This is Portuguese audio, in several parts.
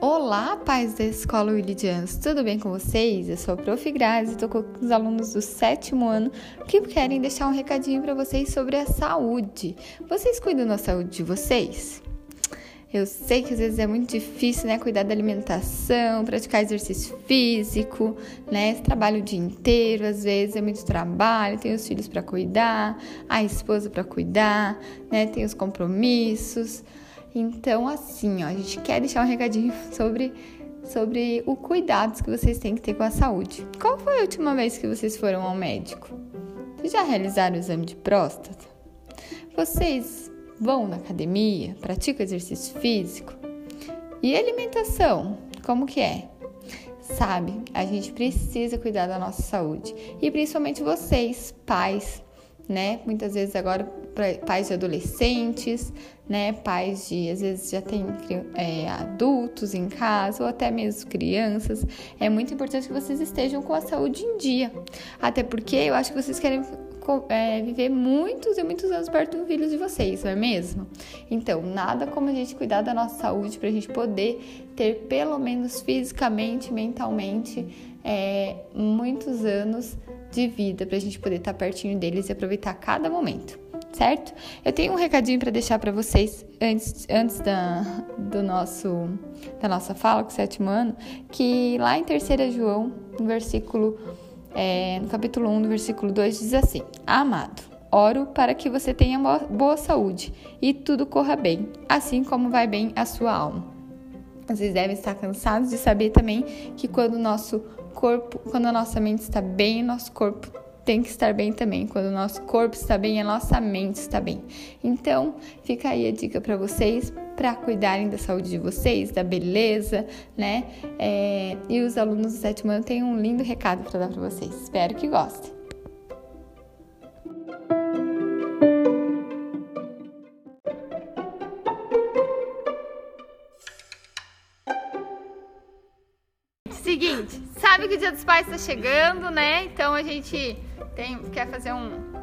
Olá, pais da Escola Willidianos, tudo bem com vocês? Eu sou a Prof. Grazi, estou com os alunos do sétimo ano que querem deixar um recadinho para vocês sobre a saúde. Vocês cuidam da saúde de vocês? Eu sei que às vezes é muito difícil, né, cuidar da alimentação, praticar exercício físico, né, trabalho o dia inteiro, às vezes é muito trabalho, tem os filhos para cuidar, a esposa para cuidar, né, tem os compromissos. Então, assim, ó, a gente quer deixar um recadinho sobre sobre o cuidados que vocês têm que ter com a saúde. Qual foi a última vez que vocês foram ao médico? Vocês já realizaram o exame de próstata? Vocês vão na academia, praticam exercício físico. E alimentação, como que é? Sabe, a gente precisa cuidar da nossa saúde e principalmente vocês, pais, né? Muitas vezes agora pais de adolescentes, né? Pais de às vezes já tem é, adultos em casa ou até mesmo crianças. É muito importante que vocês estejam com a saúde em dia, até porque eu acho que vocês querem é, viver muitos e muitos anos perto do filho de vocês, não é mesmo? Então, nada como a gente cuidar da nossa saúde para a gente poder ter, pelo menos fisicamente, mentalmente, é, muitos anos de vida para a gente poder estar pertinho deles e aproveitar cada momento, certo? Eu tenho um recadinho para deixar para vocês antes, antes da, do nosso, da nossa fala com o sétimo ano, que lá em 3 João, no versículo é, no capítulo 1, do versículo 2, diz assim: Amado, oro para que você tenha boa saúde e tudo corra bem, assim como vai bem a sua alma. Vocês devem estar cansados de saber também que quando o nosso corpo, quando a nossa mente está bem, nosso corpo tem que estar bem também. Quando o nosso corpo está bem, a nossa mente está bem. Então, fica aí a dica para vocês para cuidarem da saúde de vocês, da beleza, né? É, e os alunos do sétimo ano têm um lindo recado para dar para vocês. Espero que gostem. Seguinte, sabe que o Dia dos Pais está chegando, né? Então a gente tem, quer fazer um,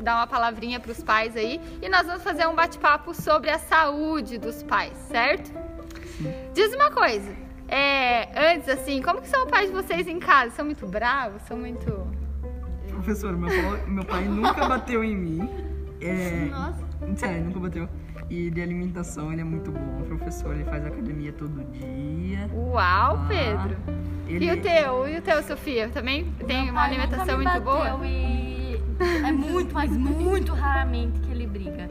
dar uma palavrinha para os pais aí e nós vamos fazer um bate-papo sobre a saúde dos pais, certo? Diz uma coisa, é, antes assim, como que são os pais de vocês em casa? São muito bravos? São muito... Professor, meu pai, meu pai nunca bateu em mim. É, Nossa. Sério, nunca bateu. E de alimentação ele é muito bom. O professor, ele faz academia todo dia. Uau, Pedro! Ah, ele... E o teu? E o teu, Sofia? Também tem uma alimentação muito boa? E... É muito, mas muito raramente que ele briga.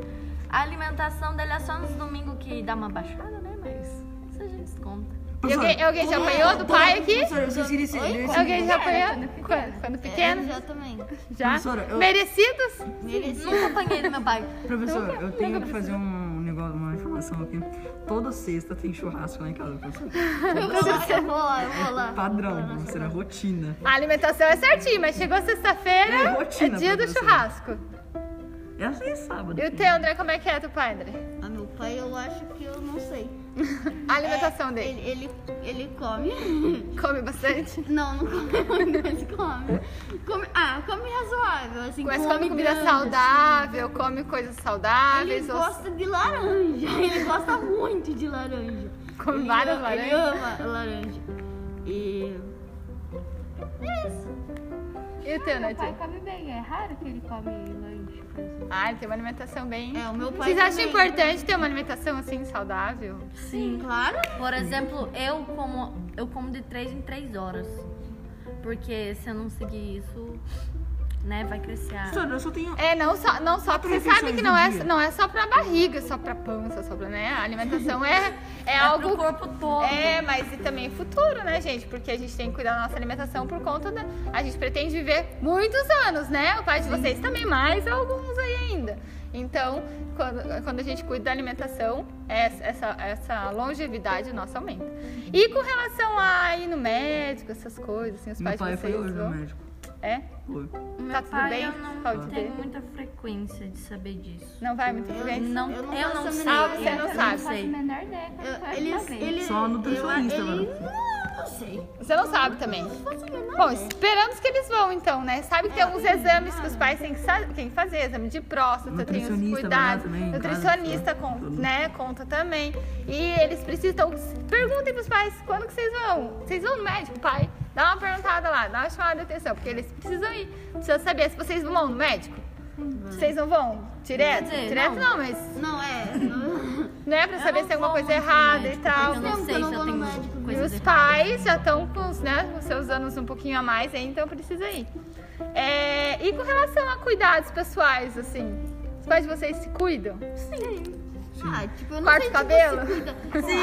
A alimentação dele é só nos domingos que dá uma baixada, né? Mas isso a gente conta. E alguém, alguém já apanhou do pai aqui? Professora, eu sou isso. Alguém já apanhou? Quando, quando pequeno? já também. Já? Professora, eu- Merecidos? Merecido. Nunca apanhei do meu pai. Professor, eu tenho que fazer um negócio, uma informação aqui. Toda sexta tem churrasco lá em casa, professor. Eu vou lá, eu vou lá, eu vou Tá. lá. Padrão, será rotina. A alimentação é certinha, mas chegou sexta-feira, É rotina, é dia do professora. churrasco. É assim, sábado. E o teu, André, como é que é do pai, André? Ah, meu pai, eu acho que eu não sei. A alimentação dele? Ele, ele, É, ele come. Come bastante? Não, não come muito, mas come. come. Ah, come razoável, assim. Mas come comida grande, saudável, come coisas assim. saudáveis. Ele ou- gosta de laranja. Ele gosta muito de laranja. Come Ele várias ama- Ele ama laranja. E. E o teu, Meu pai Netinho? come bem, é raro que ele come lanche. Ah, ele tem uma alimentação bem... É, o meu pai. Vocês acham também. importante ter uma alimentação assim, saudável? Sim, claro. Por exemplo, eu como, eu como de 3 em 3 horas. Porque se eu não seguir isso, né, vai crescer. a- Professora, eu só tenho. É, não só, não só Quatro você sabe refeições que no não é, dia. não é só pra barriga, só pra pança, só pra, né? A alimentação é, é, É algo... pro corpo todo. É, mas e também futuro, né, gente? Porque a gente tem que cuidar da nossa alimentação por conta da... A gente pretende viver muitos anos, né? O pai de vocês também, mais alguns aí ainda. Então, quando, quando a gente cuida da alimentação, essa, essa, essa longevidade nossa aumenta. E com relação a ir no médico, essas coisas, assim, os Meu pais pai de vocês foi hoje no vão... médico. É? Foi. O Meu Tá tudo pai, bem? eu Saúde não dele? tenho muita frequência de saber disso. Não vai muito bem? Não, eu eu não não, faço sei. a menor ideia. Ah, você não eu sabe. sei. menor ideia quando Eu- foi a Eles, última vez. ele, Só a nutricionista eu- ele- agora. Não, não sei. Você não sabe também. Faço a menor Bom, esperamos que eles vão então, né? Sabe Ah, que tem uns é exames que os pais têm que, sa- têm que fazer, exame de próstata, tem os Nutricionista cuidados. vai lá também, em casa, Nutricionista tudo. conta, né? Conta também. E eles precisam. Perguntem pros pais quando que vocês vão. Vocês vão no médico, pai? Dá uma perguntada lá, dá uma chamada de atenção, porque eles precisam ir. Precisa saber se vocês vão no médico. Vocês não vão? Direto? Hum. Quer dizer, Direto não. não, mas. Não, é. não- Não é pra Eu saber não se tem alguma vou coisa muito no errada e médico, tal. porque Eu Tempo não que sei eu não se eu vou no médico, tenho viu? E coisas os erradas. pais já estão com os, né, com seus anos um pouquinho a mais, aí, então precisa ir. É, e com relação a cuidados pessoais, assim, os pais de vocês se cuidam? Ah, tipo, eu não Corta o sei tipo, cabelo? se cuida.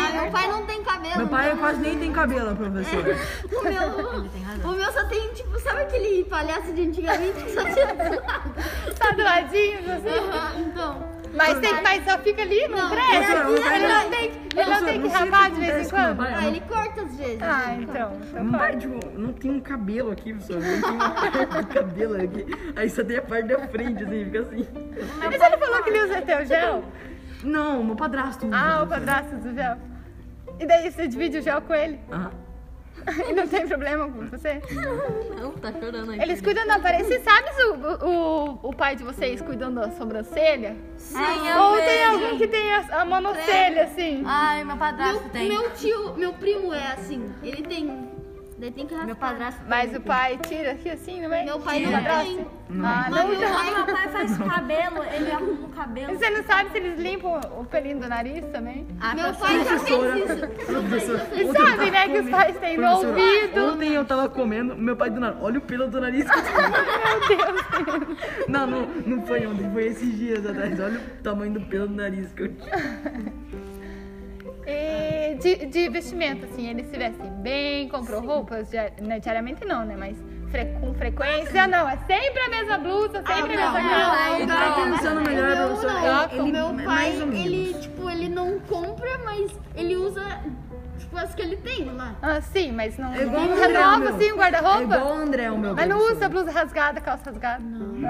Ah, meu pai não tem cabelo. Meu pai é quase nem tem cabelo, professora. O meu, Tem razão. o meu só tem, tipo, sabe aquele palhaço de antigamente que só tinha do lado? Tá do ladinho, assim? Aham, Então, Mas, tem, mas só fica ali, não Não, cresce? professora, o pai Ele não- não tem que, ele não Professora, tem que não sei o que rapar de vez em acontece com meu quando? pai, ah, eu não- ele corta às vezes. Ah, ele corta. então. então pode. Não, vai, tipo, não tem um cabelo aqui, pessoal. Não tem uma parte do cabelo aqui. Aí só tem a parte da frente, assim, fica assim. Mas ele falou que ele usa teu gel? Não, meu padrasto. usa, Ah, o professora. pedaço do gel. E daí você divide o gel com ele? Ah, E não tem problema com você? Não, tá chorando aí. Eles cuidam da aparência. Vocês sabem se o, o, o pai de vocês cuidando da sobrancelha? Sim, Ou eu tem vejo. alguém que tem a, a É. monocelha, assim? Ai, meu padrasto Meu, tem. meu tio, meu primo é assim. Ele tem. Daí tem que raspar. Meu padrasto Mas o pai tira aqui, assim, não é? Meu pai Tira não o braço? tem. Ah, Mas não. meu pai- Quando meu pai faz cabelo, ele arruma o cabelo. Você não sabe se eles limpam o pelinho do nariz também? Ah, tá Meu pai já Professora. fez isso. professora. Vocês ontem eu sabem, né, tava que os pais têm no Professora, ouvido. Ontem eu tava comendo, meu pai do nada, olha o pelo do nariz. Meu Deus. Não, não, não foi ontem, foi esses dias atrás. Olha o tamanho do pelo do nariz que eu tinha. E de, de vestimento, assim, eles se vestem bem, compram roupas dia- né, diariamente não, né? Mas fre- com frequência não, é sempre a mesma blusa, sempre a mesma calça. Ah, Não, Tá não, pensando melhor, meu professora. não. Ele- ele- meu pai, mais ou menos. ele, tipo, ele não compra, mas ele usa, tipo, as que ele tem lá. Ah, sim, mas não, É igual não o André, renova meu. assim o É guarda-roupa? igual o André, o meu Mas não professor. usa blusa rasgada, calça rasgada?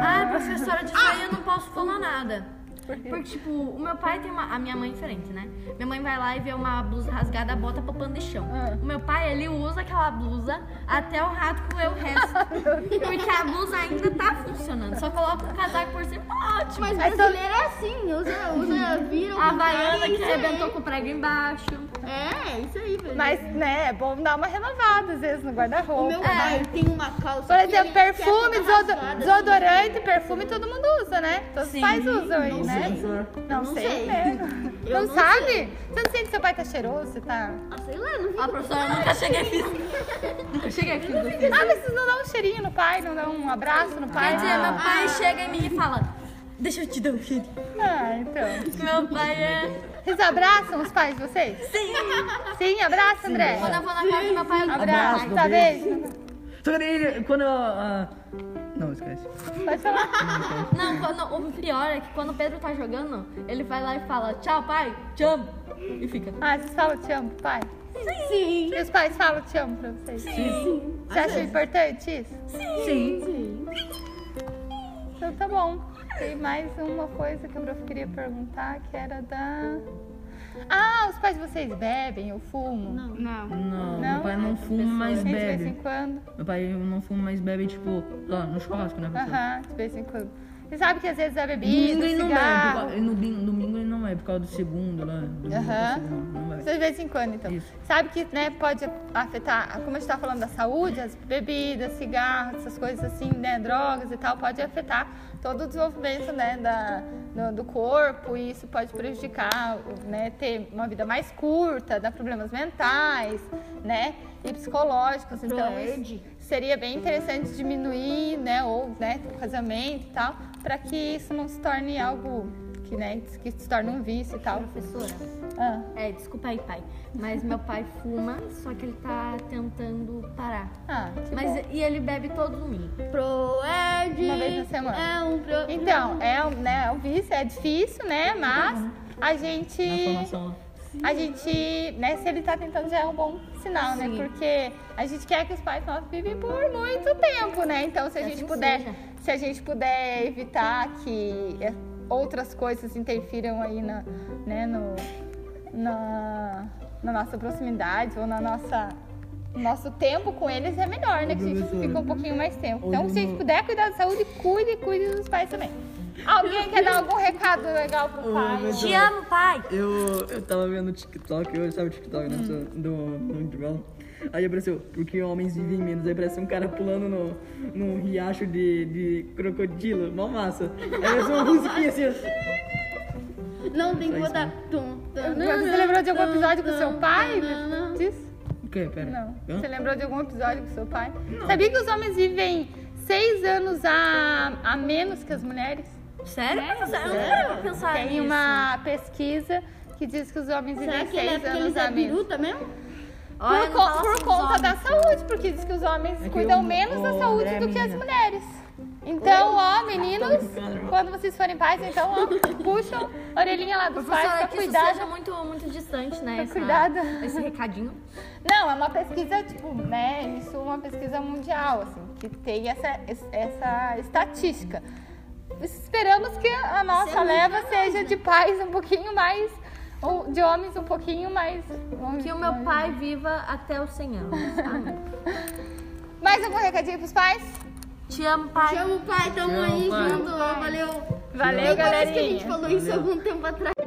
Ai, professora, disso aí eu não posso falar nada. Porque, tipo, o meu pai tem uma. A minha mãe é diferente, né? Minha mãe vai lá e vê uma blusa rasgada, bota pro pano de chão. Ah. O meu pai, ele usa aquela blusa até o rato comer o resto. porque a blusa ainda tá funcionando. Só coloca um casaco por cima, tá ótimo. Mas Mas então brasileiro é assim, usa, usa, vira o a contrário vaiana e que isso aí. arrebentou com o prego embaixo. É, isso aí, velho. Mas, né, é bom dar uma renovada às vezes no o guarda-roupa. meu pai tem uma calça. Por que exemplo, ele quer perfume, toda desodo- rasgada, desodorante, perfume todo mundo usa, né? Todos os Sim. pais usam aí, né? Professora. Não, Não sei, sei. né? Eu Não, não sabe? Você não sente que seu pai tá cheiroso, você tá... assim. Ah, sei lá, não vi. Ah, professora, eu nunca cheguei a fiz. Nunca cheguei a fiz. Ah, mas vocês não dão um cheirinho no pai, não dão um abraço no pai? Quer dizer, meu pai chega em mim e fala: Deixa eu te dar um filho. Ah, então. Meu pai é. Vocês abraçam os pais de vocês? Sim! Sim, abraça, André. Quando eu vou na casa do meu pai, eu dou Abraço, Abraço, tá beijo. beijo. Só que daí, ele- quando eu... ah, Não, esquece. Pode falar. Não, quando, o pior é que quando o Pedro tá jogando, ele vai lá e fala, tchau, pai, te amo. E fica. Ah, vocês falam te amo, pai? Sim. E os pais falam te amo pra vocês? Sim. Você acha importante isso? Sim. Então tá bom. Tem mais uma coisa que eu prof- queria perguntar, que era da... Ah, os pais de vocês bebem ou fumam? Não. Não. Não, Não? meu pai não fuma, mas De vez bebe. em quando? Meu pai não fuma, mas bebe, tipo, lá no churrasco, né, professora? Aham, de vez em quando. Você sabe que às vezes é Domingo bebida, ele não bebe. por cigarro... causa- ele no bin- Domingo ele não bebe, por causa do segundo, né? Domingo Aham. do segundo, não bebe. Só de vez em quando, então. Isso. Sabe que né, pode afetar, como a gente tá falando da saúde, as bebidas, cigarros, essas coisas assim, né, drogas e tal, pode afetar todo o desenvolvimento né, da, do, do corpo e isso pode prejudicar, né, ter uma vida mais curta, dar problemas mentais, né, e psicológicos. Então, isso seria bem interessante diminuir, né, ou, né, o casamento e tal, para que isso não se torne algo que, né, que se torne um vício e tal. Professora, Ah. é, desculpa aí, pai, mas meu pai fuma, só que ele tá tentando parar. Ah, que Mas, bom. e ele bebe todo domingo. Proerd. Uma vez na semana. É um pro... Então, é, um- né, o vício é difícil, né? Mas a gente. Na formação. A gente, né, se ele tá tentando já é um bom sinal, né? Porque a gente quer que os pais nossos vivem por muito tempo, né? Então, se a Que gente assim puder, seja. se a gente puder evitar que é, outras coisas interfiram aí na, né, no, na, na nossa proximidade ou na nossa o nosso tempo com eles é melhor, né? Que a gente professora, fica um pouquinho mais tempo. hoje Então, se a gente no- puder cuidar da saúde, cuide e cuide dos pais também. Alguém quer dar algum recado legal pro Ô, pai? Ah, mas Te eu- amo, pai! Eu, eu tava vendo o TikTok, eu sabe o TikTok, né? Do mundo de Belo. Aí apareceu, porque homens vivem menos. Aí apareceu um cara pulando no, num riacho de, de crocodilo, mó massa. Aí apareceu uma musiquinha assim. ó. Não tem que Só isso botar tum, tum, Mas Você lembrou de algum episódio com seu pai? Disso? O quê? Pera. Não. Hã? Você lembrou de algum episódio com seu pai? Sabia que os homens vivem seis anos a, a menos que as mulheres? Sério? professora? Eu nunca vou pensar Tem nisso. uma pesquisa que diz que os homens É Será vivem que ele é seis porque ele anos é a menos. biruta mesmo? por Olha, não co- fala por assim dos conta homens. da saúde, porque diz que os homens É que cuidam o- menos da o saúde André do que as menina. mulheres. Então, ó, meninos, Tá brincando. quando vocês forem pais, então, ó, puxam a orelhinha lá dos pais Professora, pra que isso cuidar. seja muito, muito distante, né? essa- cuidado. Esse recadinho. Não, é uma pesquisa, tipo, né? Isso é uma pesquisa mundial, assim, que tem essa, es- essa estatística. Esperamos que a nossa um leva seja né? de pais um pouquinho mais. Ou de homens um pouquinho mais. Que o meu pai viva até os 100 anos. Amém. né. Mais algum recadinho pros pais? Te amo, pai. Chama o pai, tamo Chama o aí pai. junto. Valeu. Valeu, Nem parece que a gente galerinha. falou isso algum tempo atrás.